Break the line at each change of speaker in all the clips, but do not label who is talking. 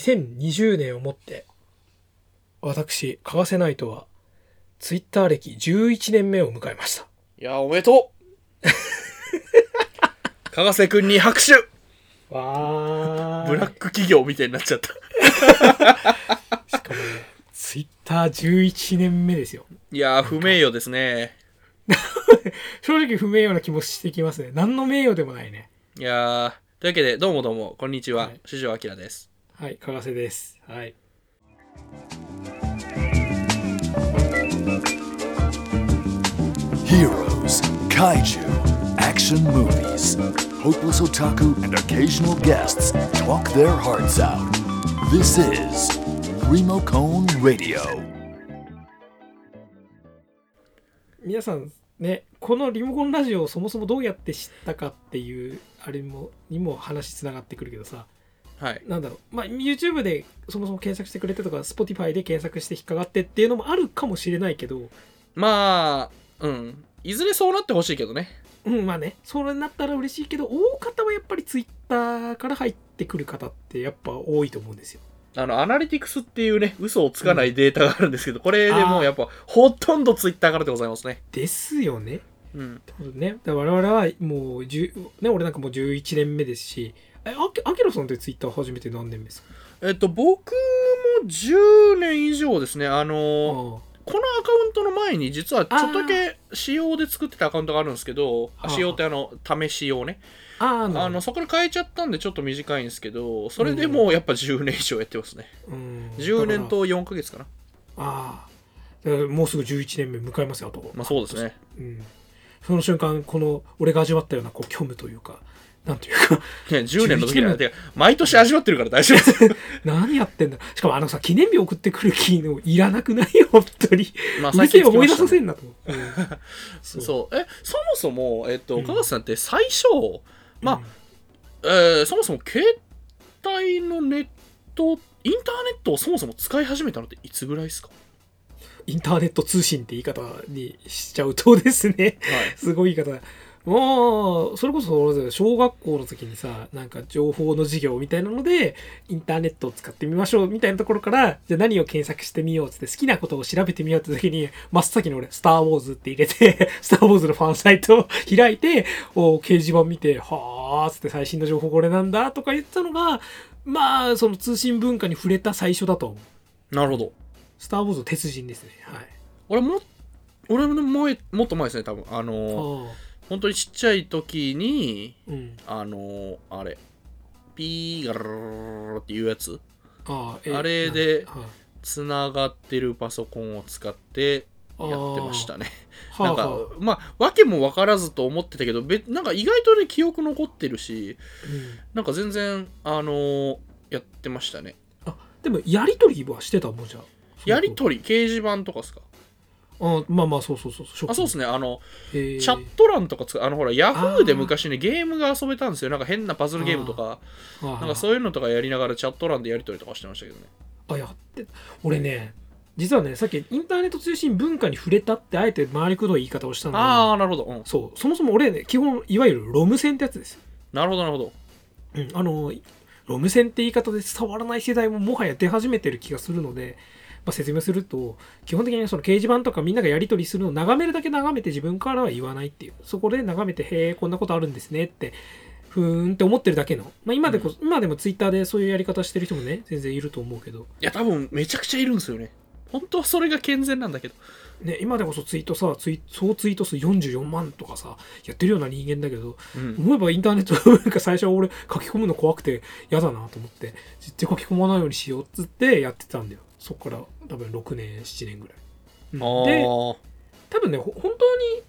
2020年をもって、私、為替ナイトは、ツイッター歴11年目を迎えました。
いやー、おめでと うかがせくんに拍手
わ
ブラック企業みたいになっちゃった。
しかもね、ツイッター11年目ですよ。
いやー、不名誉ですね。
正直不名誉な気もしてきますね。何の名誉でもないね。
いやー、というわけで、どうもどうも、こんにちは
はい。
四条明です。
はい、かがせです。はい。
Heroes, kaiju, action movies. Hopeless otaku and occasional guests talk their hearts out. This is Remocone Radio.
皆さんねこのリモコンラジオをそもそもどうやって知ったかっていうあれもにも話つながってくるけどさ
はい。
なんだろう、まあ、YouTube でそもそも検索してくれてとか Spotify で検索して引っかかってっていうのもあるかもしれないけど
まあ、うん。いずれそうなってほしいけどね。
うんまあねそれになったら嬉しいけど大方はやっぱり Twitter から入ってくる方ってやっぱ多いと思うんですよ。
あの、アナリティクスっていうね、嘘をつかないデータがあるんですけど、これでもうやっぱ、ほとんどツイッターからでございますね。
ですよね。
うん。
ってことでねだから我々はもう10、ね、俺なんかもう11年目ですしえあきあきらさんって Twitter 初めて何年目ですか
えっと、僕も10年以上ですね、あのー
あ
このアカウントの前に実はちょっとだけ仕様で作ってたアカウントがあるんですけど
あー
仕様ってあの試し用ね
ああ
あのそこで変えちゃったんでちょっと短いんですけどそれでもうやっぱ10年以上やってますね
うん
10年
だか
と4ヶ月かな
らああだからもうすぐ11年目迎えますよあと
まあそうですね
うん、その瞬間この俺が味わったようなこう虚無というかなんというか
ね10年の時じゃない
11
てか毎年味わってるから大丈夫です
何やってんだしかもあのさ記念日送ってくる機能いらなくないよ本当に
ま
う
あ
る
最
せえ
近つき
思
ま
い出
した
さ
ね
せんなと、うん
そううえそもそもえっと
うん
加賀さんって最初まあ
うん
えーそもそも携帯のネットインターネットをそもそも使い始めたのっていつぐらいですか
インターネット通信って言い方にしちゃうとですね
はい
すごい言い方だもうそれこそ俺小学校の時にさなんか情報の授業みたいなのでインターネットを使ってみましょうみたいなところからじゃあ何を検索してみようっつって好きなことを調べてみようって時に真っ先に俺「スター・ウォーズ」って入れて 「スター・ウォーズ」のファンサイトを開いてお掲示板見て「はあ」っつって最新の情報これなんだとか言ってたのがまあその通信文化に触れた最初だと思う
なるほど
「スター・ウォーズ」の鉄人ですねはい。
俺も俺の前もっと前ですね多分あのー
ああ
本当にちっちゃい時に
うん、
あのーあれピーガラララっていうやつ
あ
あれで
は
つながってるパソコンを使って
あ
やってましたね
あ
なんか
はあはあ
まあ訳も分からずと思ってたけどべなんか意外とね記憶残ってるし
うん
なんか全然あのーやってましたね
あでもやりとりはしてたもんじゃあ
やり取り掲示板とかですか
あまあまあそうそうそう
あそうです
ね、
ねあの
えー
チャット欄とか使うあのほらヤフーで
あー
昔ねゲームが遊べたんですよなんか変なパズルゲームとか
はあ
なんかそういうのとかやりながらチャット欄でやり取りとかしてましたけどね。
あやって俺ね実はねさっきインターネット通信文化に触れたってあえて回りくどい言い方をしたのに
ああ、なるほど、うん。
そうそもそも俺ね基本いわゆるロム線ってやつですよ、
なるほど、なるほど。
うん、あのロム線って言い方で伝わらない世代ももはや出始めてる気がするので、まあ、説明すると基本的にその掲示板とかみんながやり取りするのを眺めるだけ眺めて自分からは言わないっていうそこで眺めて「へえこんなことあるんですね」ってふーんって思ってるだけの、まあ、今でこ、今でもツイッターでそういうやり方してる人もね全然いると思うけど、
いや、多分めちゃくちゃいるんですよね。本当はそれが健全なんだけど。
ね、今でこそツイートさツイ総ツイート数44万とかさやってるような人間だけど
うん。
思えばインターネットなんか最初は俺書き込むの怖くて嫌だなと思って絶対書き込まないようにしようっつってやってたんだよそっから多分6年7年ぐらい、うんで
あ
多分ねほ本当に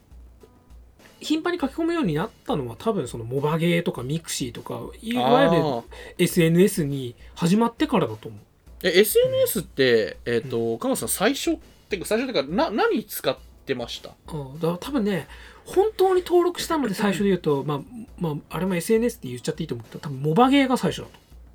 頻繁に書き込むようになったのは多分そのモバゲーとかミクシーとかい
あ。
わゆる
あ
SNS に始まってからだと思う
ーえ、SNS って、えっ、と、川野さん、最初ってか、最初ってか、な、何使ってました
うん、だから多分ね本当に登録したので最初で言うと、まあまあ、あれも SNS って言っちゃっていいと思うけど多分モバゲーが最初だ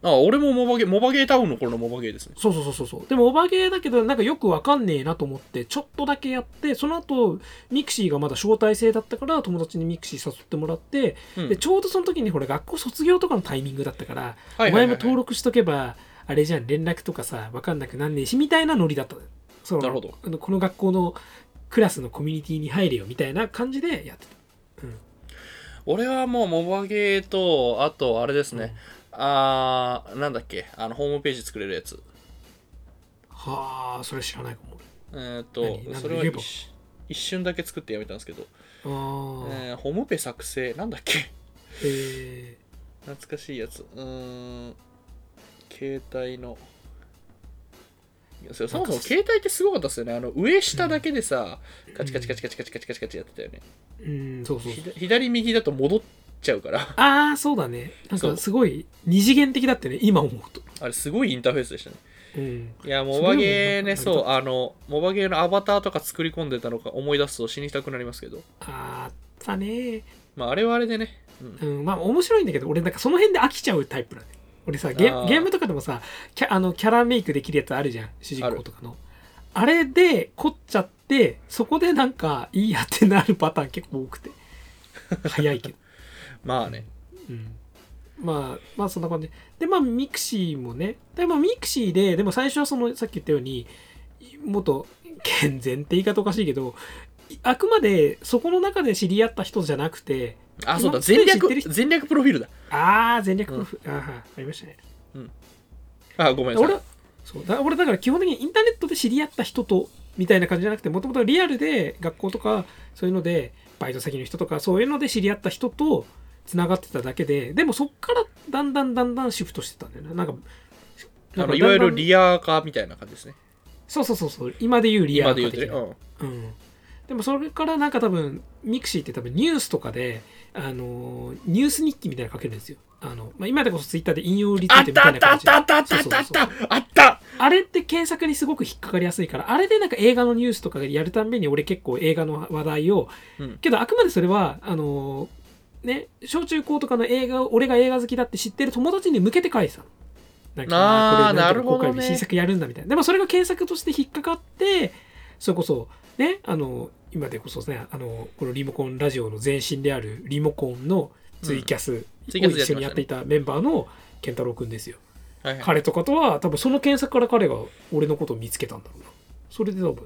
と
あ、俺もモバゲー、モバゲータウンの頃のモバゲーですね。
そうそうそうそうそうでもモバゲーだけどなんかよくわかんねえなと思ってちょっとだけやってその後ミクシーがまだ招待制だったから友達にミクシー誘ってもらって、
うん
でちょうどその時にほら学校卒業とかのタイミングだったから、
はいはいはいはい
お前も登録しとけばあれじゃん連絡とかさ分かんなくなんねえしみたいなノリだったのよその
なるほど
あのこの学校のクラスのコミュニティに入れよみたいな感じでやってた
俺はもうモバゲーとあとあれですね、あーなんだっけあのホームページ作れるやつ
はあそれ知らないかも俺
えーっ
何なん
と
だ
それは
レボ
一瞬一瞬だけ作ってやめたんですけど、
ああ、
えーホームページ作成なんだっけ
え
懐かしいやつうーん携帯のいやそれそもそも携帯ってすごかったですよねあの上下だけでさ、カチカチカチカチカチカチカチカチやってたよね、
ー、うんそうそうそう
ひだ左右だと戻っちゃうから
ああそうだねなん
そ
か
う
すごい二次元的だってね今思うと
あれすごいインターフェースでしたね
うん
いやモバゲーね
それ
そう
よ
あのモバゲーのアバターとか作り込んでたのか思い出すと死にたくなりますけど
あったね
まああれはあれでね、うん、
うんまあ面白いんだけど俺なんかその辺で飽きちゃうタイプなんで俺さゲ
あー
ゲームとかでもさキャあのキャラメイクできるやつあるじゃん主人公とかのあれで凝っちゃってそこでなんかいいやってなるパターン結構多くて早いけど、
まあね
うん、まあまあそんな感じでまあミクシーもねでまあミクシーででも最初はそのさっき言ったようにもっと健全って言い方おかしいけどあくまでそこの中で知り合った人じゃなくて
あそうだ
今
全
知っ
略
てる人
全略プロフィールだ
ああ全略プロフ、あーはいありましたね
あごめんなさ
俺
い
そうだ俺だから基本的にインターネットで知り合った人とみたいな感じじゃなくてもともとリアルで学校とかそういうのでバイト先の人とかそういうので知り合った人とつながってただけででもそっからだんだんだんだんシフトしてたんだよねなんか
あのいわゆる
リ
リアカーみたいな感じですね
そうそうそうそう今で言うリア
今
ル
で言うとね、うん、
うん、でもそれからなんか多分ミクシーって多分ニュースとかで、あのーニュース日記みたいなの書けるんですよ。あのまあ、今でこそツイッターで引用リツイー
あっ
トみ
た
た
あ
い
っ
な
たあ
感
っ
じで
たあったあったあったあ
そうそうそう
ったあった
あれって検索にすごく引っかかりやすいからあれでなんか映画のニュースとかやるたんびに俺結構映画の話題を、
うん
けどあくまでそれはあのーね小中高とかの映画を俺が映画好きだって知ってる友達に向けて書いてたのなん
あー
かこれなん
な
と
る
か
ほど
公
ね
開日新作やるんだみたいなでもそれが検索として引っかかってそれこそねあの今でこそねあのこのリモコンラジオの前身であるリモコンのツイキャスを
ツイキャス
一緒に
や
や
っ
ってて
ま
いたメンバーの健太郎くんですよ
はいはい
彼とかとは多分その検索から彼が俺のことを見つけたんだろうなそれで多分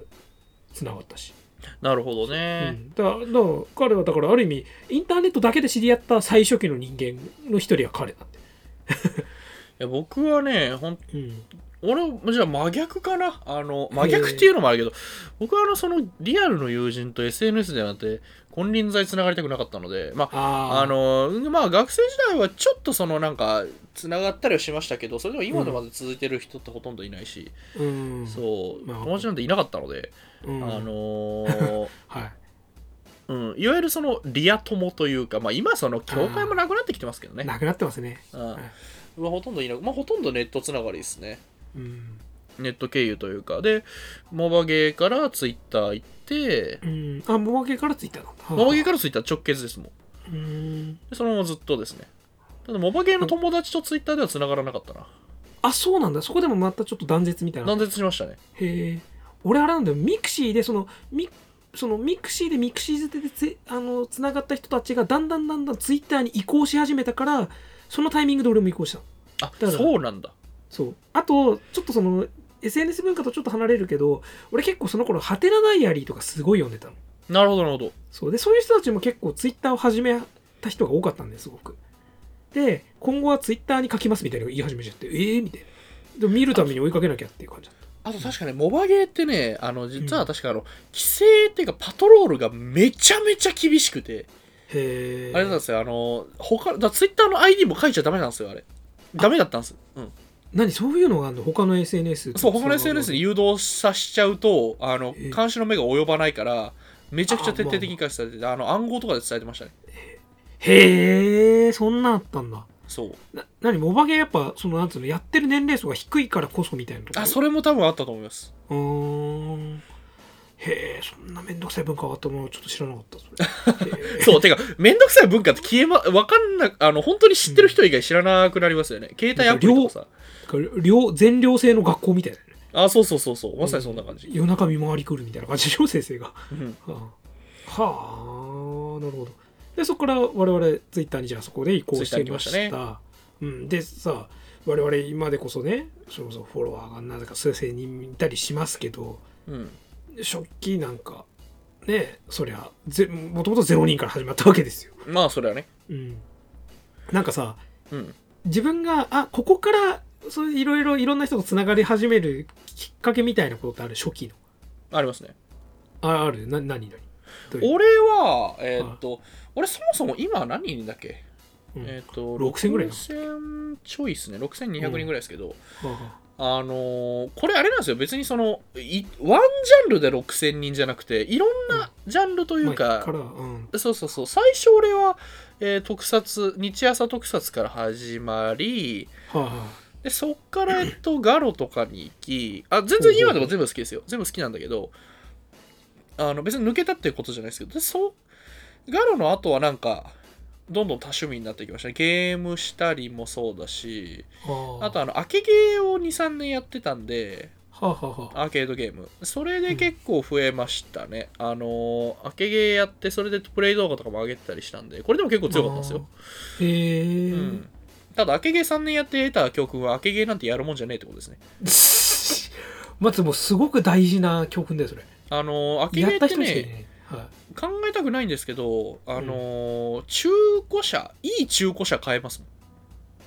つながったし、
なるほど
う
ね、
ん、だだから彼はだからある意味インターネットだけで知り合った最初期の人間の一人は彼なんで、
いや僕はねほん
うん、
俺はじゃあ真逆かなあの真逆っていうのもあるけど僕はあのそのリアルの友人と SNS でなんて金輪際つながりたくなかったのでまあ
あ
あのまあ学生時代はちょっとそのなんかつながったりはしましたけどそれでも今でまで続いてる人ってほとんどいないし、
うん
そう
まあ
友達なんていなかったので、
うん
あ のー
はい
うん、いわゆるそのリア友というか、まあ、今その教会もなくなってきてますけどね、
なくなってますね、
うんまあ、ほとんどいなく、まあ、ほとんどネットつながりですね
うん
ネット経由というかでモバゲーからツイッター行って
うん、あモバゲーからついたの
モバゲ
か
ーからツイッター直結ですもん
うん
でそのままずっとですねただモバゲーの友達とツイッターではつながらなかったな
あそうなんだそこでもまたちょっと断絶みたいな
断絶しましたね
へえ俺あれなんだよミクシーでそのミそのミクシーでミクシーでつあのつながった人たちがだんだんだんだんツイッターに移行し始めたからそのタイミングで俺も移行したの
あ
ら
そうなんだ
そうあとちょっとその SNS 文化とちょっと離れるけど俺結構その頃ハテナダイアリーとかすごい読んでたの
なるほどなるほど
そうでそういう人たちも結構ツイッターを始めた人が多かったんですごくで今後はツイッターに書きますみたいなのを言い始めちゃってええみたいなでも見るために追いかけなきゃっていう感じだった
あと確かね、モバゲーってね、あの、実は確かあの、規制っていうかパトロールがめちゃめちゃ厳しくて、
へえ
あれなんですよ、あの、他、だツイッターの ID も書いちゃダメなんですよ、あれ。ダメだったんです。うん。
何そういうのがあるの他の SNS
そう、他の SNS に誘導させちゃうと、あの
えー、
監視の目が及ばないから、めちゃくちゃ徹底的
あ
に監視されてて、あの、暗号とかで伝えてましたね。
へえそんなんあったんだ
そう。
な何モバゲーやっぱそのなんつうのやってる年齢層が低いからこそみたいなとこ
あ、それも多分あったと思います。
うーんへえそんな面倒くさい文化があったのはちょっと知らなかった それへえ
そう、てか、めんどくさい文化って消えま、わかんなく、あの、本当に知ってる人以外知らなくなりますよね。携帯アプリとかさ。
だから両全寮制の学校みたいなね
あ、そうそうそうそう。まさにそんな感じ。
夜中見回り来るみたいな感じでしょ先生が
うん
うんはあなるほどでそこから我々ツイッターにじゃあそこで移行してきました
Twitter に行き
うん、でさ我々今でこそねそれこそフォロワーがなぜか数千人いたりしますけど
うん
食器なんかねそりゃぜもともと0人から始まったわけですよ。
まあそれはね
うん、なんかさ
うん
自分があここからそういろいろいろんな人とつながり始めるきっかけみたいなことってある初期の
ありますね
ああるな何何どういう
俺はえーっと俺そもそも今何人だっけ
うん
えーっと
6000ぐらいな
6000ちょいっすね6200人ぐらいですけど
はあは
あのーこれあれなんですよ別にそのいワンジャンルで6000人じゃなくていろんなジャンルと
あ
いう
前
か、
から、うん、
そうそうそう最初俺は、えー特撮日朝特撮から始まり
はあは
でそっから、えっと、ガロとかに行きあ全然今でも全部好きですよ全部好きなんだけどあの別に抜けたっていうことじゃないですけどでそうガロの後はなんかどんどん多趣味になっていきましたねゲームしたりもそうだし
あは
あとあの明けゲーを23年やってたんで
はあはあはあ
アーケードゲームそれで結構増えましたね、あのー明けゲーやってそれでプレイ動画とかも上げてたりしたんでこれでも結構強かったんですよ、
へえ、
うん、ただ明けゲー3年やって得た教訓は明けゲーなんてやるもんじゃねえってことですね
まずもうすごく大事な教訓だよそれ
あのー明け
やっ
ゲー
た
って
人しかいな
ね
い、は
考えたくないんですけどあのー中古車いい中古車買えますもん
い、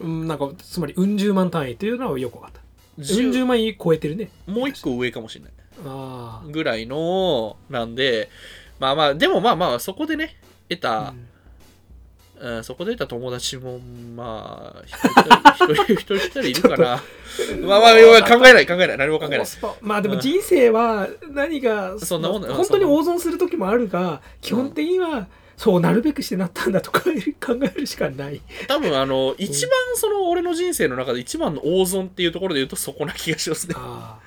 うんなんかつまりうん十万単位というのはよくわかったうん十
10
万円超えてるね
もう一個上かもしれない
あ
ぐらいのなんでまあまあでもまあまあそこでね得
あ、
た、
うん
うん、そこでいた友達も、まあ、一人一人一人一人いるかな。まあまあ、要は考えない、考えない、何も考えない。
まあでも人生は何が、
そんなもんだよ
本当に大損する時もあるが基本的にはそうなるべくしてなったんだとか考えるしか ない
多分、あの、一番、その、俺の人生の中で一番の大損っていうところで言うと、そこな気がしますね。
あ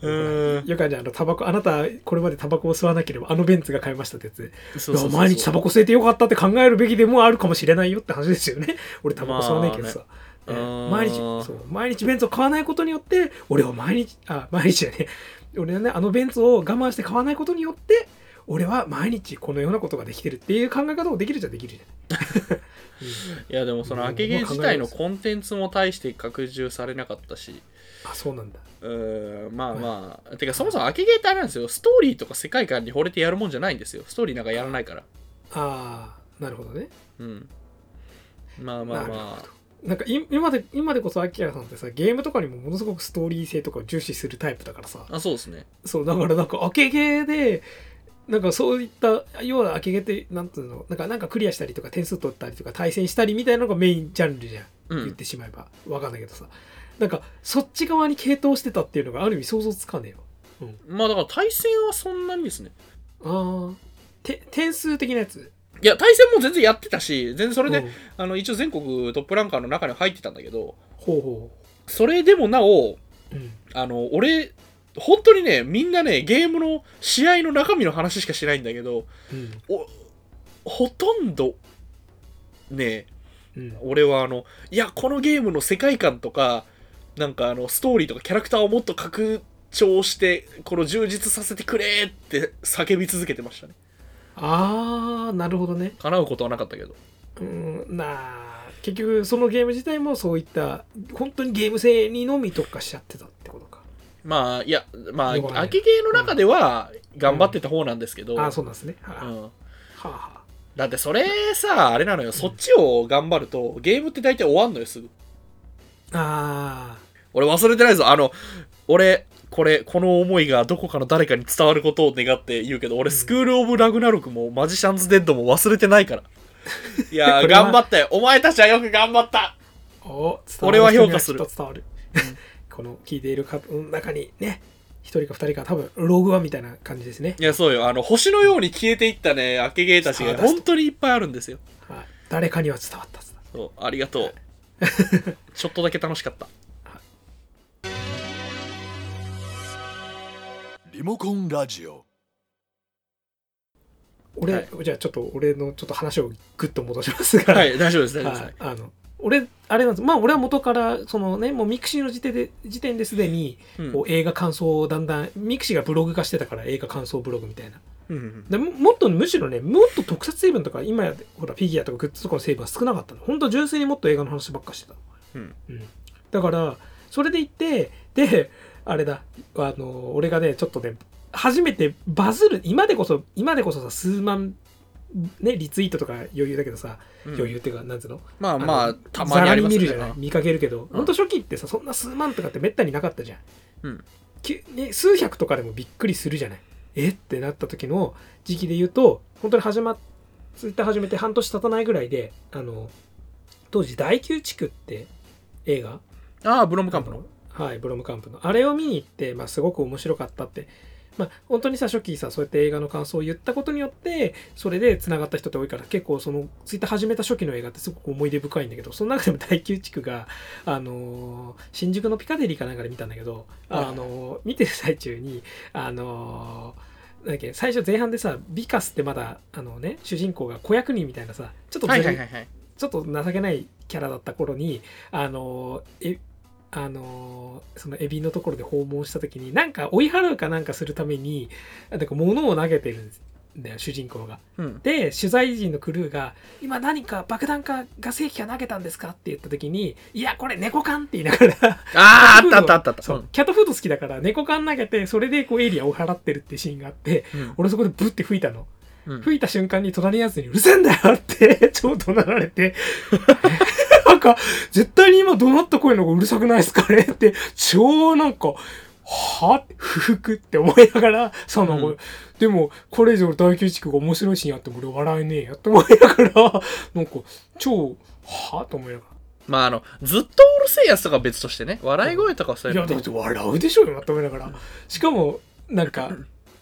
う
あ
ん。
よかじゃんあのタバコあなたこれまでタバコを吸わなければあのベンツが買いましたってやつ
そうそうそう
いや毎日タバコ吸えてよかったって考えるべきでもあるかもしれないよって話ですよね 俺タバコ吸わないけどさ、
まあね
ね
うーん
毎日そう毎日ベンツを買わないことによって俺は毎日あ毎日だね 俺はねあのベンツを我慢して買わないことによって俺は毎日このようなことができてるっていう考え方もできるじゃできるじ ゃん、
いや、でも、その、明け芸自体のコンテンツも大して拡充されなかったし、
あそうなんだ
うん、まあまあ、てか、そもそも明け芸ってあれなんですよ、ストーリーとか世界観に惚れてやるもんじゃないんですよ。ストーリーなんかやらないから。
ああなるほどね
うん。まあまあ
な
まあ。
なんかい今で今でこそアキラさんってさゲームとかにもものすごくストーリー性とかを重視するタイプだからさ
あ、そうですね。
そうだからなんか明けゲーでなんかそういった要は明けゲーってなんていうのなんかなんかクリアしたりとか点数取ったりとか対戦したりみたいなのがメインジャンルじゃん、
う
言っ
ん。
てしまえばわかんないけどさなんかそっち側に傾倒してたっていうのがある意味想像つかねえよ
まあだから対戦はそんなにですね。
ああて点数的なやつ
いや、対戦も全然やってたし、全然そ
そ
れで、あの、一応全国トップランカーの中には入ってたんだけど、
ほうほ
それでもなお、
う、うん、
あの、俺、本当にね、みんなね、ゲームの試合の中身の話しかしないんだけど、
うん
おほとんど、ね、
うん
俺はあの、いや、このゲームの世界観とか、なんかあの、ストーリーとかキャラクターをもっと拡張して、この充実させてくれって叫び続けてましたね。
ああなるほどね
叶うことはなかったけど。
うんなあ結局そのゲーム自体もそういった本当にゲーム性にのみ特化しちゃってたってことか
まあいやまあ
よくわかんない
明け芸の中では頑張ってた方なんですけど、
ああそうなんですね、はあ
うん
はあはあ
だってそれさあれなのよそっちを頑張るとゲームって大体終わんのよすぐ
あ
俺忘れてないぞあの俺これこの思いがどこかの誰かに伝わることを願って言うけど俺、スクール・オブ・ラグナロクもマジシャンズ・デッドも忘れてないから いや
こ
ー
れは
頑張ったよお前たちはよく頑張った
あお伝
俺は評価する
人にはきっと伝わる この聞いている方の中にね一人か二人か多分ログワンみたいな感じですね、
いやそうよあの星のように消えていったね明け芸たちが本当にいっぱいあるんですよ
はい、誰かには伝わった伝わっ
そうありがとうちょっとだけ楽しかった
リモコンラジオ
た
はい
俺、じゃあちょっと俺のちょっと話をグッと戻しますが、
は
はい
い、大丈夫です、大丈夫です。はい
あの俺あれなんですまあ俺は元からそのねもうミクシーの時点で時点ですでに
うん
こう映画感想をだんだんミクシーがブログ化してたから映画感想ブログみたいな
うんうん
でももっとむしろねもっと特撮成分とか今やほらフィギュアとかグッズとかの成分が少なかったの本当純粋にもっと映画の話ばっかしてた
うん
だからそれで行ってであれだあの俺がねちょっとね初めてバズる今でこそ今でこそさ数万ねリツイートとか余裕だけどさ、
うん
余裕っていうかなんつうの
まあまあたま
ざ
にあ
ら
り
に
ます
見
よ
る
ね
じゃない見かけるけど、ほんと初期ってさそんな数万とかってめったになかったじゃん、
うん
きね、数百とかでもびっくりするじゃないえってなった時の時期で言うと本当に始まっツイッター始めて半年経たないぐらいであの当時「第9地区」って映画
ああブロムカンプの
はい、ブロムカンプのあれを見に行って、まあ、すごく面白かったって、まあ、本当にさ初期さそうやって映画の感想を言ったことによってそれでつながった人って多いから結構そのツイッター始めた初期の映画ってすごく思い出深いんだけどその中でも第9地区が、あのー新宿のピカデリーかなんかで見たんだけど、
はいはい
あのー見てる最中に、あのーなんだっけ最初前半でさビカスってまだあのね主人公が子役人みたいなさちょっとず
は
るい
いはいはいはい
ちょっと情けないキャラだった頃にあのえあのそのエビのところで訪問した時になんか追い払うかなんかするためになんか物を投げてるんだよ主人公が。
うん
で取材陣のクルーが「今何か爆弾かガス液か投げたんですか?」って言った時に「いやこれ猫缶」って言いながら
あああっ
キャットフード
たあったあったあっ た
そううんキャットフード好きだから猫缶投げてそれでこうエイリアン追い払ってるってシーンがあって
うん
俺そこでブッて吹いたの。
うん
吹いた瞬間に隣のやつにうるせえんだよって 超怒鳴られて なんか絶対に今怒鳴った声の方がうるさくないですかねって超なんかはぁ不服って思いながらその、
うん
でもこれ以上大九地区が面白いシーンあっても俺笑えねえよって思いながらなんか超はぁと思いながら。
まああのずっとうるせえやつとかは別としてね笑い声とかはそう
い
いう
や
の
だって笑うでしょうよまとめながらしかもなんか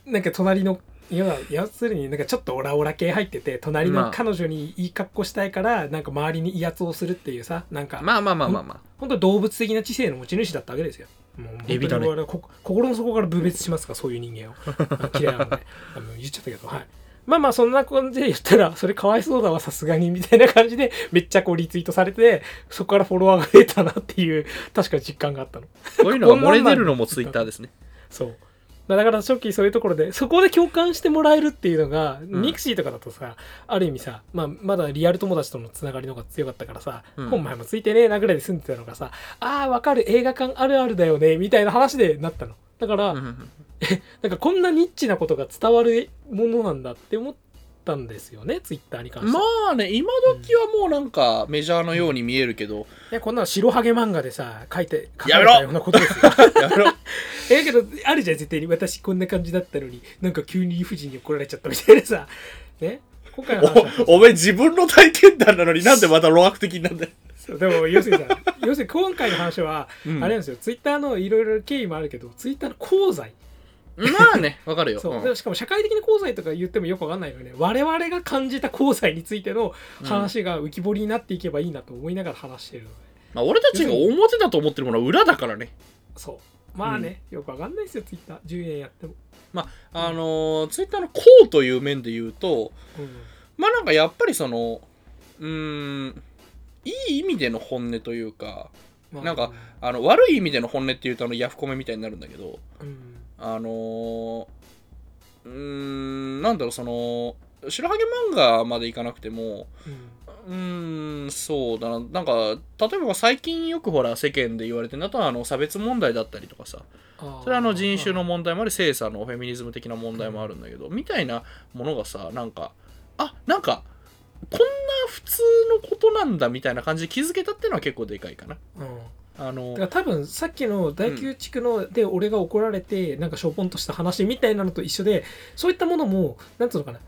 なんか隣のいや要するになんかちょっとオラオラ系入ってて隣
ま
の
あ
彼女にいい格好したいからなんか周りに威圧をするっていうさなんか、
まあまあまあまあまあ
本当動物的な知性の持ち主だったわけですよもう本当に
エビだね
我々こ心の底から分別しますからそういう人 間をあ嫌いなのであの言っちゃったけどはいまあまあそんな感じで言ったらそれかわいそうだわさすがにみたいな感じでめっちゃこうリツイートされてそこからフォロワーが増えたなっていう確か実感があったの
こういうのが漏れ出るのもツイッターですね
そう。まあだから初期そういうところでそこで共感してもらえるっていうのが、
ん
ミクシーとかだとさある意味さ、まあ、まだリアル友達とのつながりの方が強かったからさ、
うん
本前もついてねえなぐらいで済んでたのがさあーわかる映画館あるあるだよねみたいな話でなったのだから、
うんうんうん
なんかこんなニッチなことが伝わるものなんだって思ったんですよねツイッターに関して
ま
は、
あね今時はもうなんかメジャーのように見えるけ ど、
ねこんなの白ハゲ漫画でさ書いて書かれ
やめろ
たようなことですよ
やめろ
えだけどあるじゃん絶対に私こんな感じだったのになんか急に理不尽に怒られちゃったみたいなさね今回の話は
おお前自分の体験談なのになんでまた露悪的になんだよ
そうでも要するにさ要するに今回の話は、
うん
あれなんですよツイッターのいろいろ経緯もあるけどツイッターの功罪
まあねわかるよ
そう、
ん
でしかも社会的な功罪とか言ってもよくわかんないよね我々が感じた功罪についての話が浮き彫りになっていけばいいなと思いながら話してるので、
まあ、俺たちが表だと思ってるものは裏だからね
そうまあね、よくわかんないですよツイッター10年やっても、
まああのツイッター Twitter のこうという面で言うと
うん
まあなんかやっぱりそのうーんいい意味での本音というか
まあ
なんかあの悪い意味での本音っていうとあのヤフコメみたいになるんだけど
うん
あのうーんなんだろうその白ハゲ漫画までいかなくても
うん
うーんそうだななんか例えば最近よくほら世間で言われてるのだとあの差別問題だったりとかさ
あー
それはあの人種の問題もあり性差のフェミニズム的な問題もあるんだけどみたいなものがさなんかあなんかこんな普通のことなんだみたいな感じで気づけたっていうのは結構でかいかな
うん
あの
だから多分さっきの第九地区ので俺が怒られてなんかしょぼんとした話みたいなのと一緒でそういったものもなんつうのかな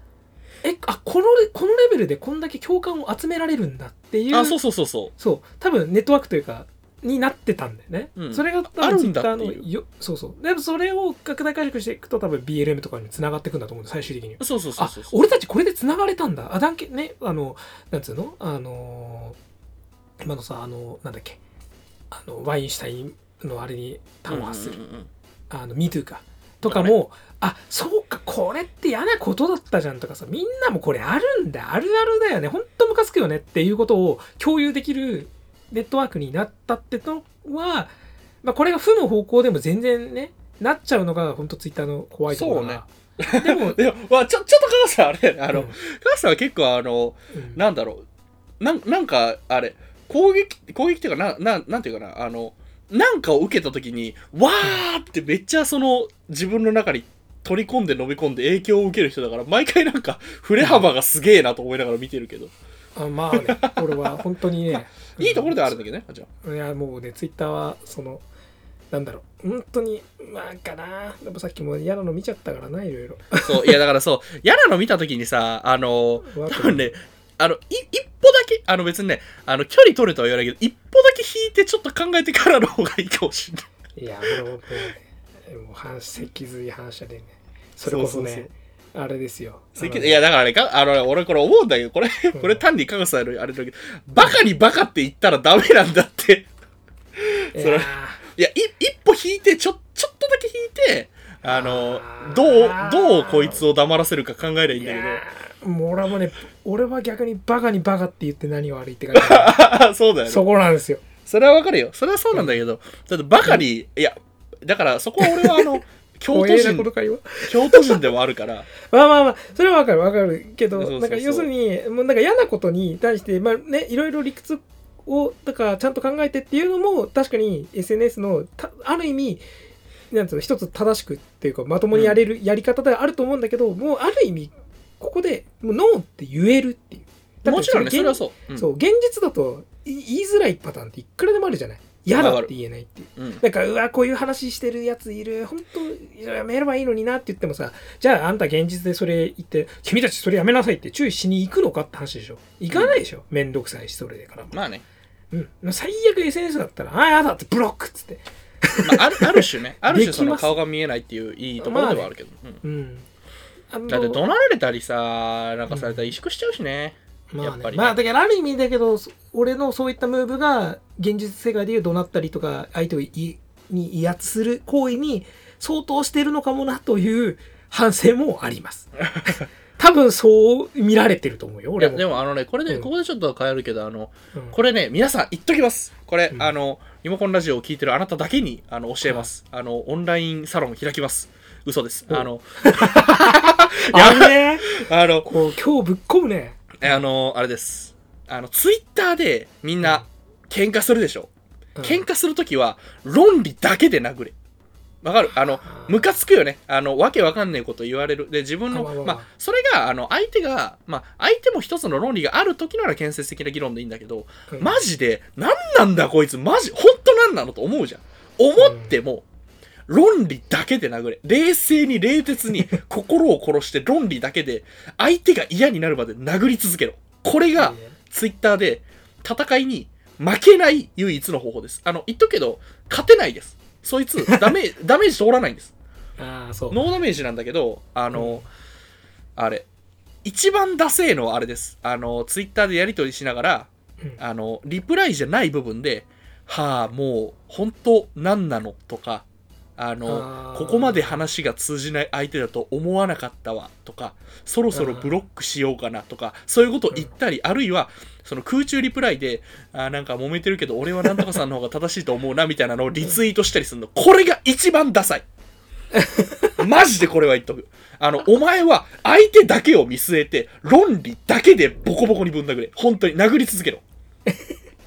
えあこのこのレベルでこんだけ共感を集められるんだっていう
あそうそうそうそ
そう多分ネットワークというかになってたんだよね、
うん
それが多分
あるんだ
Twitter
っていう
よそうそうでもそれを拡大解釈していくと多分 BLM とかにつながっていくんだと思うんだ最終的には
うそうそうそう
あ
そうそう
俺たちこれで繋がれたんだあだんけねあのなんつうのあのー今のさあのなんだっけあのワインシュタインのあれに端を発する、
うんうんうんうん
あの MeToo かとかもあそうかこれって嫌なことだったじゃんとかさみんなもこれあるんだあるあるだよねほんとムカつくよねっていうことを共有できるネットワークになったってのは、まあ、これが負の方向でも全然ねなっちゃうのが本当ツイッターの怖いところだなでも
いやわちょちょっと母 さんあれあの
うん
母さんは結構あの
うん
なんだろうなんなんかあれ攻撃攻撃っていうかなななんていうかなあのなんかを受けた時にわーってめっちゃその自分の中に取り込んで飲み込んで影響を受ける人だから毎回なんか振れ幅がすげえなと思いながら見てるけど、、
あまあね、これは本当にね
いいところではあるんだけどねじゃあ
いやもうねツイッターはそのなんだろう本当になんかなでもさっきも嫌なの見ちゃったからないろいろ
そういやだからそう嫌なの見た時にさあの
う
多
わ
分ねあのい一歩だけあの別にねあの距離取るとは言わないけど一歩だけ引いてちょっと考えてからの方がいいか もしれない
いや俺ももうねもう反脊髄反射でねそれこそね
そうそう
あれですよ
せき
あの
いやだからねかあのね俺これ思うんだけどこれ
ん
これ単に加賀さんのあれだけどバカにバカって言ったらダメなんだって
い
それ
や
いやい一歩引いてちょちょっとだけ引いてあの
あー
どうどうこいつを黙らせるか考えりゃい
ー
いん
い
だ
や
け
ーもう俺はね俺は逆にバカにバカって言って何悪いって感
ど そうだよ
じ
ね
そこなんですよ
それはわかるよ。それはそうなんだけど、だってバカに、いや、だからそこは俺はあ の、京
怖
都
えなこ
人
と、かよ
京都人でもあるから、
まあまあまあ、それはわかるわかるけど、
そうそうそう
なんか要するに、もうなんか嫌なことに対して、まあね、いろいろ理屈を、だからちゃんと考えてっていうのも、確かに SNS のた、ある意味、なんつうの、一つ正しくっていうか、まともにやれる、やり方ではあると思うんだけど、もうある意味、ここで、もうノーって言えるっていう。だって
もちろんね、それは
現
そう。うん
そう、現実だとい言いづらいパターンっていくらでもあるじゃない。嫌だって言えないっていう。
うん
なんか、うわ、こういう話してるやついる、本当やめればいいのになって言ってもさ、じゃああんた現実でそれ言って、君たちそれやめなさいって注意しに行くのかって話でしょ。行かないでしょ。めんどくさいし、それでから。
まあね、
うん。最悪 SNS だったら、ああ、やだってブロックっつって。
まあ、ある ある種ね、ある種
で
そ
き
の
ます
顔が見えないっていういいところではあるけど。うん
うん。あの
だって怒鳴られたりさ、なんかされたら萎縮しちゃうしね。
まあ、ね、
やっぱりね
まあ、だからある意味だけど、そ俺のそういったムーブが、現実世界でいう怒鳴ったりとか、相手をいに威圧する行為に相当しているのかもなという反省もあり ます。多分そう見られてると思うよ、
い
俺
や、
も。
でもあのね、これで、
うん
ここでちょっと変えるけど、あの、
うん
これね、皆さん言っときます。これ、
うん
あの、リモコンラジオを聞いてるあなただけにあの教えます、あの、オンラインサロン開きます。嘘です。
お
あの、
あのね、
あの、
こう今日ぶっ込むね。
えあの、あれです。あの、ツイッターでみんな喧嘩するでしょ。
うん
喧嘩するときは論理だけで殴れ。わかるあの、ムカつくよね。あの、わけわかんないこと言われる。で、自分の、
あまあまあ
ま
ま
あ
あ、
それが、あの、相手が、まあ、相手も一つの論理があるときなら建設的な議論でいいんだけど、
うん
マジで、なんなんだこいつ、マジ、本当なんなのと思うじゃん。思っても、論理だけで殴れ。冷静に、冷 徹に、心を殺して論理だけで、相手が嫌になるまで殴り続けろ。これが
いいね、
ツイッターで、戦いに負けない唯一の方法です。あの、言っとくけど、勝てないです。そ いつ、ダメ、ダメージ通らないんです。
ああ、そう。
ノーダメージなんだけど、あの、あれ、一番ダセーのはあれです。あの、ツイッターでやりとりしながら、
うん
あの、リプライじゃない部分で、はあ、もう、本当なんなのとか、あの
あー
ここまで話が通じない相手だと思わなかったわとかそろそろブロックしようかなとかそういうことを言ったりあるいはその空中リプライであーなんか揉めてるけど俺はなんとかさんの方が正しいと思うなみたいなのをリツイートしたりするのこれが一番ダサ いマジでこれは言っとくあのお前は相手だけを見据えて論理だけでボコボコにぶん殴れ本当に殴り続 けろ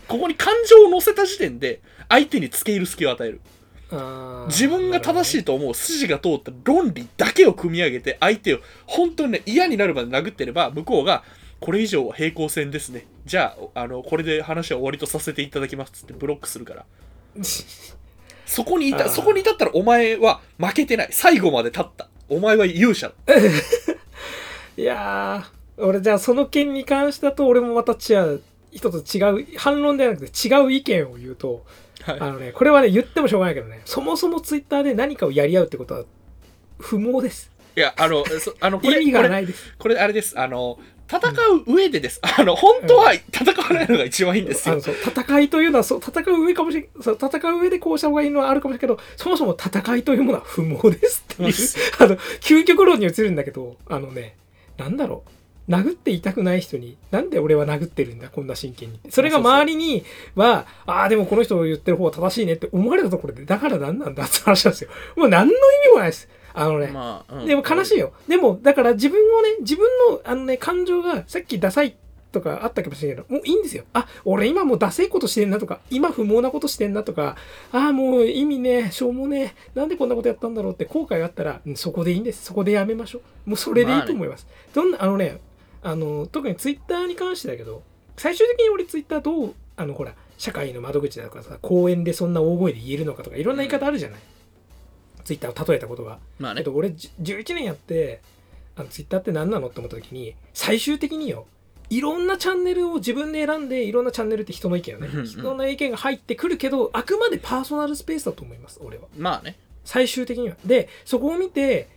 ここに感情を乗せた時点で相手に付け入る隙を与える
あー
自分が正しいと思う筋が通った論理だけを組み上げて相手を本当にね嫌になるまで殴ってれば向こうがこれ以上は平行線ですねじゃああのこれで話は終わりとさせていただきますっつってブロックするからそこにい
あ
た
ー
そこに至ったらお前は負けてない最後まで立ったお前は勇者だ
いやー、俺じゃあその件に関してだと、俺もまた違う、一つ違う、反論ではなくて違う意見を言うと、
はい
あのね、これはね、言ってもしょうがないけどね、そもそもツイッターで何かをやり合うってことは不毛です。
いやあのそあのこ
意
れ
味
こ
が
れ
ないです。
これあれですあの戦う上でです、あの本当は戦わないのが一番いいんです
あ
よ
のそう戦いというのはそう戦う上かもしれそう戦う上でこうした方がいいのはあるかもしれないけどそもそも戦いというものは不毛ですっていう あの究極論に移るんだけどあのねなんだろう殴って痛くない人になんで俺は殴ってるんだこんな真剣にそれが周りにはああでもこの人の言ってる方は正しいねって思われたところでだから何なんだって話なんですよもう何の意味もないですあのね、
まあうん
でも悲しいよ。でも、だから自分をね、自分のあのね、感情がさっきダサいとかあったかもしれないけど、もういいんですよ。あ、俺今もうダセいことしてんなとか、今不毛なことしてんなとか、ああ、もう意味ね、しょうもね、なんでこんなことやったんだろうって後悔があったら、うんそこでいいんです。そこでやめましょう。もうそれでいいと思います。どんな、あのね、あの、特にツイッターに関してだけど、最終的に俺ツイッターどう、あの、ほら、社会の窓口だとかさ、公園でそんな大声で言えるのかとか、いろんな言い方あるじゃない。ツイッターを例えたことが。
まあ
えっ
ね
と、俺じゅ11年やってあのツイッターって何なのって思った時に最終的によいろんなチャンネルを自分で選んでいろんなチャンネルって人の意見よね
うんうん
人の意見が入ってくるけどあくまでパーソナルスペースだと思います俺は
まあね
最終的にはでそこを見て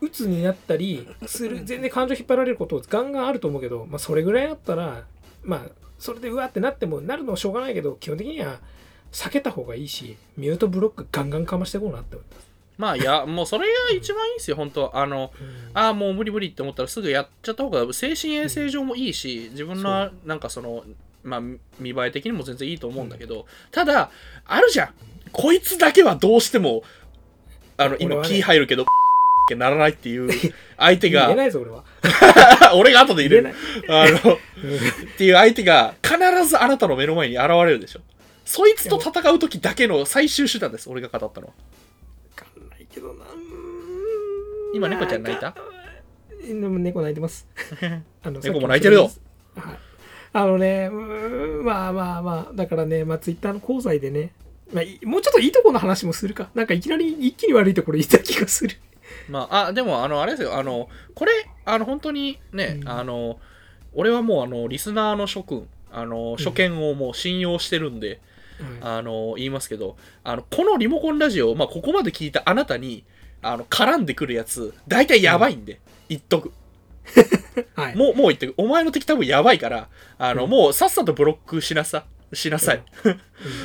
鬱になったりする全然感情引っ張られることガンガンあると思うけど、まあ、それぐらいだったらまあそれでうわってなってもなるのはしょうがないけど基本的には避けた方がいいしミュートブロックガンガンかましていこうなって思った
まあいやもうそれが一番いいんですよ本当あのああもう無理無理って思ったらすぐやっちゃった方が精神衛生上もいいし自分のなんかそのまあ見栄え的にも全然いいと思うんだけどただあるじゃんこいつだけはどうしてもあの
俺
今
はね
キー入るけど ってならないっ ていう相手
言えな
が
いぞ俺は
俺が後で入れるあ
うん
のっていう相手が必ずあなたの目の前に現れるでしょそいつと戦う時だけの最終手段です俺が語ったの
わ
は
かんないけどな
今猫ちゃん泣いた
でも猫泣いてます あの
猫も泣いてる
さ
よ
っきもそうですはいあのねうーんまあまあまあだからね、まあ、ツイッターの功罪でね、まあ、いもうちょっといいとこの話もするかなんかいきなり一気に悪いところ言った気がする
まあ、あでもあのあれですよあのこれあの本当にね、
うん
あの俺はもうあのリスナーの諸君あの初見をもう信用してるんで、あの言いますけどあのこのリモコンラジオ、まあ、ここまで聞いたあなたにあの絡んでくるやつ大体やばいんで、言っとく
はい
もうもう言ってくお前の敵多分やばいからあの、
うん
もうさっさとブロックしなさしなさい、
うんあ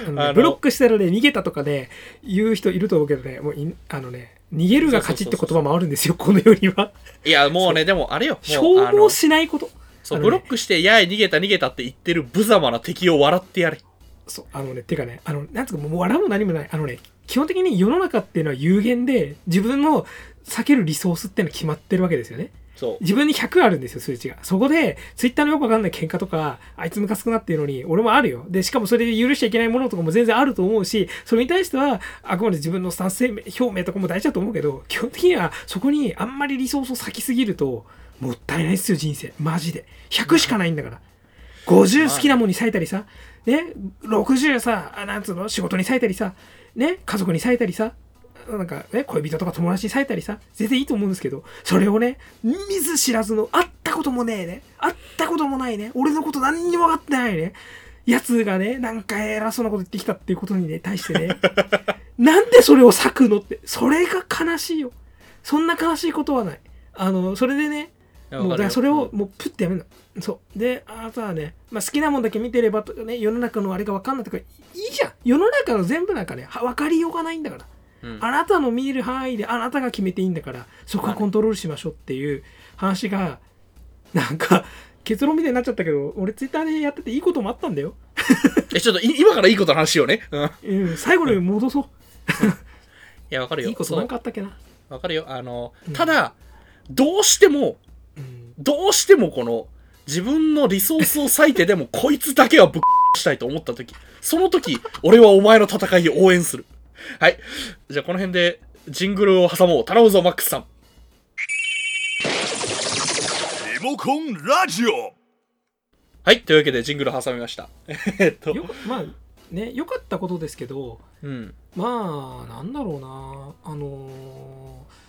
のね
あの
ブロックしたらね逃げたとかね言う人いると思うけどねもういあのね逃げるが勝ちって言葉もあるんですよこの世には
いやもうねでもあれよ
消
もうあの
耗しないこと
そう
あのね
ブロックしてやい逃げた逃げたって言ってる無様な敵を笑ってやれ
そうあのねてかねあのなんつうかもう笑うも何もないあのね基本的に世の中っていうのは有限で自分の避けるリソースっていうのは決まってるわけですよね
そう
自分に100あるんですよ数値がそこでツイッターのよくわかんない喧嘩とかあいつムカつくなっていうのに俺もあるよでしかもそれで許しちゃいけないものとかも全然あると思うしそれに対してはあくまで自分の賛成表明とかも大事だと思うけど基本的にはそこにあんまりリソースを割きすぎるともったいないですよ人生マジで100しかないんだから50好きなものに割いたりさ、ね、60さ、あなんつうの、仕事に割いたりさ、ね、家族に割いたりさ、なんかね、恋人とか友達に割いたりさ、全然いいと思うんですけど、それをね、見ず知らずの、会ったこともねえね、会ったこともないね、俺のこと何にも分かってないね、やつがね、なんか偉そうなこと言ってきたっていうことにね、対してね、なんでそれを割くのって、それが悲しいよ。そんな悲しいことはない。あの、それでね、
いや
もう
わ
だか
かるよ
らそれ
う
を
ん
もうプッてやめるの。そう。で、あとはね、まあ、好きなもんだけ見てればとかね、世の中のあれが分かんないとか、いいじゃん。世の中の全部なんかね、は分かりようがないんだから。
うん
あなたの見える範囲であなたが決めていいんだから、そこはコントロールしましょうっていう話が、なんか、結論みたいになっちゃったけど、俺ツイッターでやってていいこともあったんだよ。
え、ちょっとい今からいいことの話しようね。うん。い
うん、最後に戻そう。
や、わかるよ。
いいこと
そう
なんかあったっけな。
わかるよ。あの
う、ん
ただ、どうしても、
うん、
どうしてもこの、自分のリソースを割いて でも、こいつだけはぶっしたいと思ったとき、そのとき、俺はお前の戦いを応援する。はい。じゃあ、この辺で、ジングルを挟もう。頼むぞ、マックスさん。
リモコンラジオ
はい。というわけで、ジングル挟みました。 えっと、
よまあ、ね、良かったことですけど、
うん。
まあなんだろうなあのー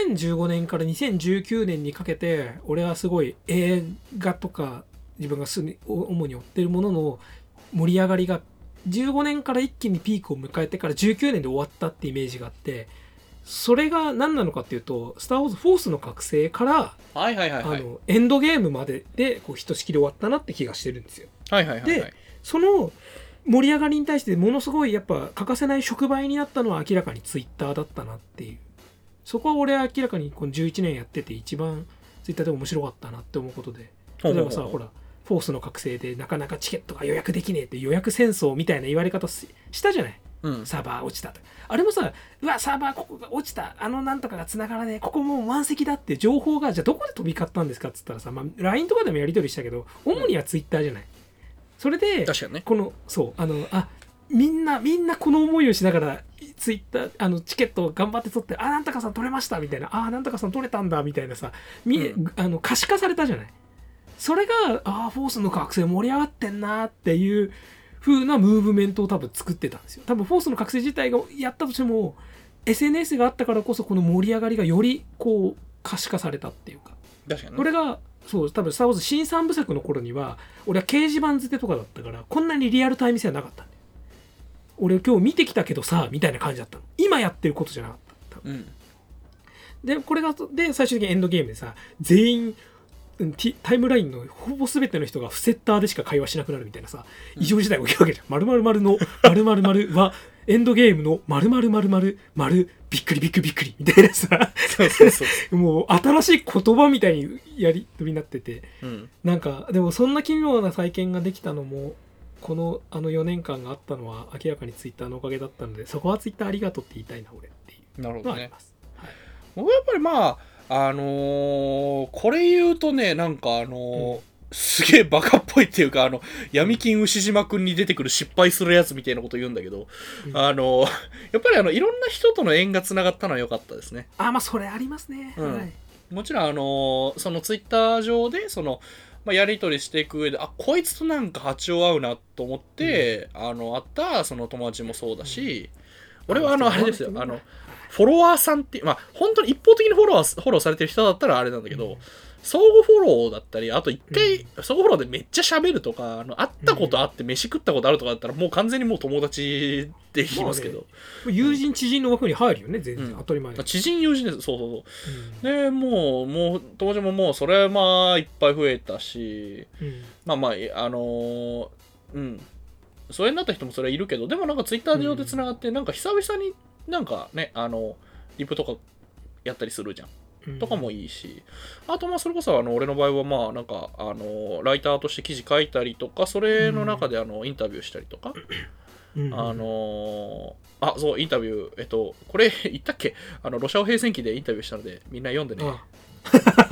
2015年から2019年にかけて俺はすごい映画とか自分がすみお主に追ってるものの盛り上がりが15年から一気にピークを迎えてから19年で終わったってイメージがあってそれが何なのかっていうと「スター・ウォーズ・フォースの覚醒」から、
はいはいはいはい。
あ
はい
のエンドゲームまででこうひとしきり終わったなって気がしてるんですよ。
はいはいはい。
でその盛り上がりに対してものすごいやっぱ欠かせない触媒になったのは明らかにツイッターだったなっていうそこは俺は明らかにこの11年やってて一番ツイッターで面白かったなって思うことで
ほう
例えば
ほうほう
さほらフォースの覚醒でなかなかチケットが予約できねえって予約戦争みたいな言われ方ししたじゃない
うん
サーバー落ちたとあれもさうわサーバーここが落ちたあのなんとかが繋がらねえここもう満席だって情報がじゃあどこで飛び交ったんですかっつったらさ、まあ、LINE とかでもやり取りしたけど主には Twitter じゃない、それで
確かにね
このそうあのあみんなみんなこの思いをしながらツイッターあのチケットを頑張って取ってあなんとかさん取れましたみたいなあなんとかさん取れたんだみたいなさみ、
う
あの可視化されたじゃないそれがあフォースの覚醒盛り上がってんなっていう風なムーブメントを多分作ってたんですよ多分フォースの覚醒自体がやったとしても SNS があったからこそこの盛り上がりがよりこう可視化されたっていうか
確かにね
これがそう多分「スター・ウォーズ」新三部作の頃には俺は掲示板捨てとかだったからこんなにリアルタイム性はなかったんだよ俺今日見てきたけどさみたいな感じだったの今やってることじゃなかった多分
うん
でこれがで最終的にエンドゲームでさ全員うんティタイムラインのほぼ全ての人がフセッターでしか会話しなくなるみたいなさ異常事態が起きるわけじゃん。まるまるまるのまるまるまるはエンドゲームのまるまるまるまるまるびっくりびっくりびっくりみたいなさ
そうそうそう
もう新しい言葉みたいにやり取りになってて
うん
なんかでもそんな奇妙な体験ができたのもこのあの4年間があったのは明らかにツイッターのおかげだったのでそこはツイッターありがとうって言いたいな俺ってい
な
う
るほ
の
ど
はあり
ね
ます。
僕はやっぱりまああのーこれ言うとねなんかあのーすげえバカっぽいっていうかあの闇金牛島くんに出てくる失敗するやつみたいなこと言うんだけど、
うん
あのーやっぱりあのいろんな人との縁がつながったのは良かったですね
あまあそれありますね。
うん
はい
もちろんあのーそのツイッター上でその、まあ、やり取りしていく上であこいつとなんか波長合うなと思って、あの会ったその友達もそうだし、俺はあのあれですよあのフォロワーさんってまあ本当に一方的にフォロワーフォローされてる人だったらあれなんだけど、相互フォローだったりあと一回、
うん
相互フォローでめっちゃ喋るとかあの会ったことあって飯食ったことあるとかだったらもう完全にもう友達できますけど、
友人知人の枠に入るよね全然、
うん
当たり前だ
知人友人ですそうそうそう
う
でもうもう当時ももうそれはまあいっぱい増えたし
んうん
まあまあいあのーうん疎遠になった人もそれはいるけどでもなんかツイッター上でつながって、なんか久々になんかねあのリプとかやったりするじゃん
うん
とかもいいし、あとまあそれこそあの俺の場合はまあなんかあのライターとして記事書いたりとかそれの中であのインタビューしたりとか、
うん
あのーあそうインタビューえっとこれ言ったっけあのロシア平戦期でインタビューしたのでみんな読んでね
あ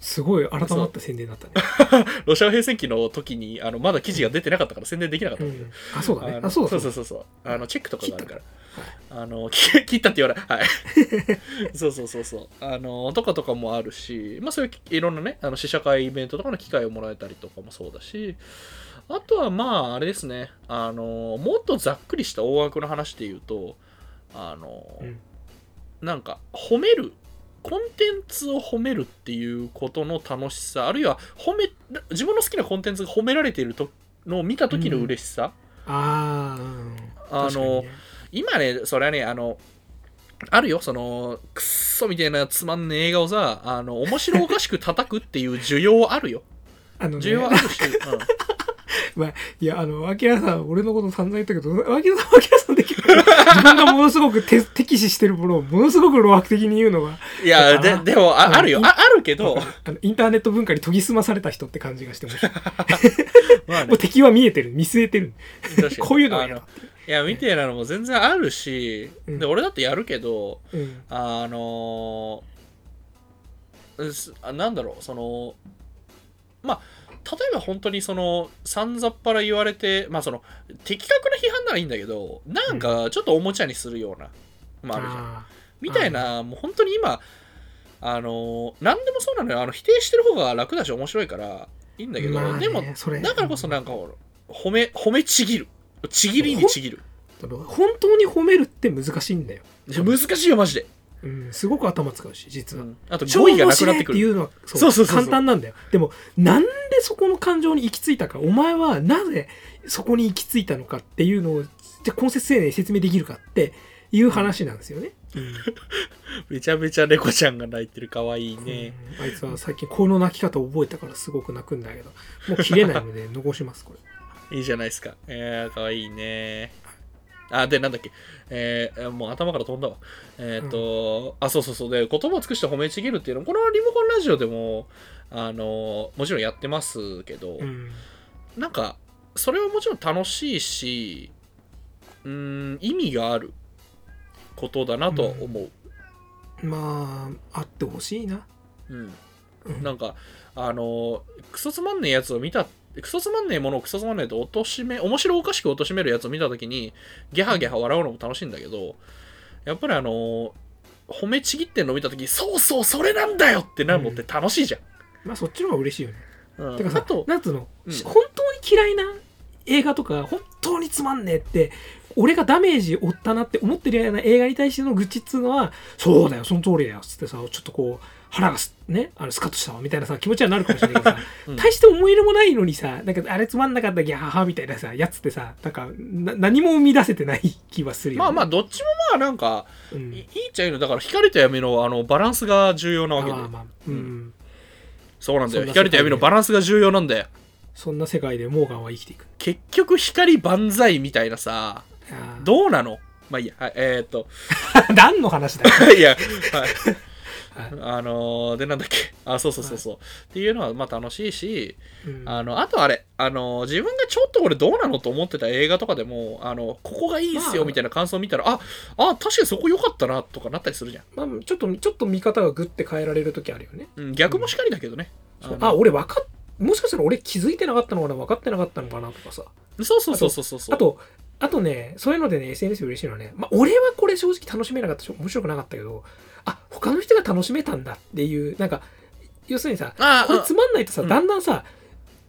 すごい改まった宣伝だったね。
ロシア平戦期の時にあのまだ記事が出てなかったから宣伝できなかった
うん
だけど、
んあそうだ
あ
ね。
の
あそうだ
そうそう
そ
そうそうあのチェックとかがあるからあのき切ったって言わない はい そうそうそうそうあのとかとかもあるしまあそういうきいろんなねあの試写会イベントとかの機会をもらえたりとかもそうだしあとはまああれですねあのもっとざっくりした大枠の話で言うとあの、
うん
なんか褒めるコンテンツを褒めるっていうことの楽しさあるいは褒め自分の好きなコンテンツが褒められているとのを見た時の嬉しさ、
あーうん
あの
確かにね
今ねそれはねあのあるよそのクッソみたいなつまんねえ映画をさあの面白おかしく叩くっていう需要はあるよ
あ のね
需要はあるし、
いや、あの、アキラさん、俺のこと散々言ったけど、アキラさん、アキラさんで結構、自分がものすごくて敵視してるものを、ものすごく老悪的に言うのが、
うん、いやででもああるよああるけど
あのインターネット文化に研ぎ澄まされた人って感じがして面白い
ま
も
あ
う
ね
敵は見えてる、見据えてる。
確かに
こういうのは
あ
やだ
のいやみたいなのも全然あるし、
うん
で俺だってやるけど
うん。
あのーうすあなんだろうそのまあ例えば本当にそのさんざっぱら言われてまあその的確な批判ならいいんだけどなんかちょっとおもちゃにするような、まああるじゃん
あ
みたいなもう本当に今あのー何でもそうなのよあの否定してる方が楽だし面白いからいいんだけど、
まあね
でも
それ
だからこそなんかほら褒め褒めちぎるちぎりにちぎる
ー本当に褒めるって難しいんだよ。
いや難しいよマジで、
うん、すごく頭使うし、実は。
あと
超
語彙が
面
なく
白
ないって
って
く
い
る
うのはそう
そうそうそうそう
簡単なんだよでもなんでそこの感情に行き着いたかお前はなぜそこに行き着いたのかっていうのをじゃあ根節丁寧に説明できるかっていう話なんですよね、
めちゃめちゃ猫ちゃんが泣いてるかわいいね。
うんあいつは最近この泣き方を覚えたからすごく泣くんだけどもう切れないので残しますこれ
いいじゃないですか。えー、かわいいね。あ、で、なんだっけ。えー、もう頭から飛んだわ。えっ、と、あ、そうそうそう。で、言葉を尽くして褒めちぎるっていうの、このリモコンラジオでも、あの、もちろんやってますけど、
うん
なんか、それはもちろん楽しいし、うーん意味があることだなとは思う、
まああってほしいな
うんなんかあのクソつまんねえやつを見たクソつまんねえものをクソつまんねえと貶としめ面白おかしく貶としめるやつを見た時にゲハゲハ笑うのも楽しいんだけどやっぱりあの褒めちぎってんの見た時そうそうそれなんだよってなるのって楽しいじゃん、
まあそっちの方が嬉しいよね
うん
てか
あ
さ
と
なんつうの、
うん
し本当に嫌いな映画とか本当につまんねえって俺がダメージ負ったなって思ってるような映画に対しての愚痴っつうのはそうだよその通りだよっつってさちょっとこう腹がすねあのスカッとしたわみたいなさ気持ちはなるかもしれないけどさ、
うん
大して思い入れもないのにさなんかあれつまんなかったギャハハみたいなさやつってさなんかな何も生み出せてない気はするよ、ね、
まあまあどっちもまあなんか
うん
いいいっちゃいいのだから光と闇のあのバランスが重要なわ
まあ
けで、
まあまあうん、
そうなんだ
そん
よ
な
光と闇のバランスが重要なんだよ
そんな世界でモーガンは生きていく
結局光万歳みたいなさ
あー
どうなのまあいいや、はい、えー、っと
何の話だよ
いや、はい。あのーで、なんだっけ。あ、そうそうそうそう。っていうのは、まあ楽しいし、
うん
あの、あとあれ、あのー自分がちょっとこれどうなのと思ってた映画とかでも、あの、ここがいいっす
ま
よ
あ
みたいな感想を見たら、あ、あ、確かにそこ良かったな、とかなったりするじゃん。
まあ、ちょっと、ちょっと見方がグッて変えられる時あるよね。
うん、逆もしかりだけどね。
そう
あ
あ、
の
俺分かっ、もしかしたら俺気づいてなかったのかな、分かってなかったのかなとかさ。
そうそうそうそうそうそう。
あ、と、あとね、そういうのでね、SNS 嬉しいのはね、まあ、俺はこれ正直楽しめなかったし、面白くなかったけど、あ、他の人が楽しめたんだっていう、なんか、要するにさ、
あ
これ
あ
つまんないとさ、
うん
だんだんさ、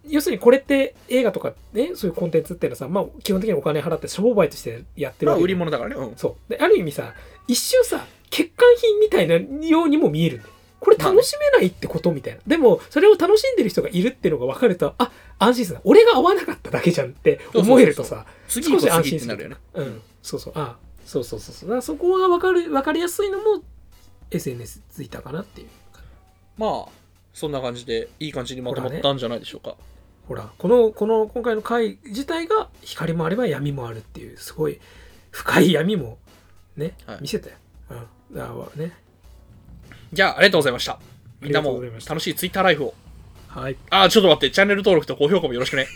要するにこれって映画とかね、そういうコンテンツっていうのはさ、まあ、基本的にお金払って商売としてやってる
まあ、
わけじ
売り
ゃん
物だからね。うん。
そう。で、ある意味さ、一瞬さ、欠陥品みたいなようにも見えるんだよ。これ楽しめないってことみたいな。でも、それを楽しんでる人がいるっていうのが分かると、あ、安心するな。俺が合わなかっただけじゃんって思えるとさ、
次行こ
少し
う、
安
次
心
って
す
な
る
るよね。
うん。そうそう。あ、そうそうそうそう。だからそこが分かる、分かりやすいのも、SNS ついたかなっていう。
まあ、そんな感じで、いい感じにまとま
ほら
っ
ね
たんじゃないでしょうか。
ほら、この、この、今回の回自体が、光もあれば闇もあるっていう、すごい深い闇も、ね、
はい
見せたよ。うん。だからね。
じゃあ、ありがとうございました。みんな
ありがとう
も
ございました
楽しいツイッターライフを。
はい。
あー、ちょっと待って、チャンネル登録と高評価もよろしくね。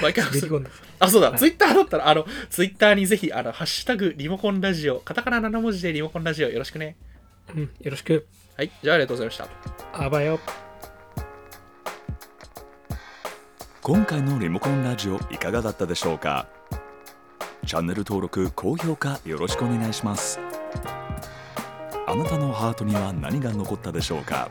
毎回
滑り込んだ。
あ、そうだ、ツイッターだったら、あの、ツイッターにぜひ、あの、ハッシュタグ、リモコンラジオ、カタカナ7文字でリモコンラジオよろしくね。
うん。よろしく。
はい、じゃあありがとうございました。
あばよ。
今回のリモコンラジオいかがだったでしょうかチャンネル登録高評価よろしくお願いしますあなたのハートには何が残ったでしょうか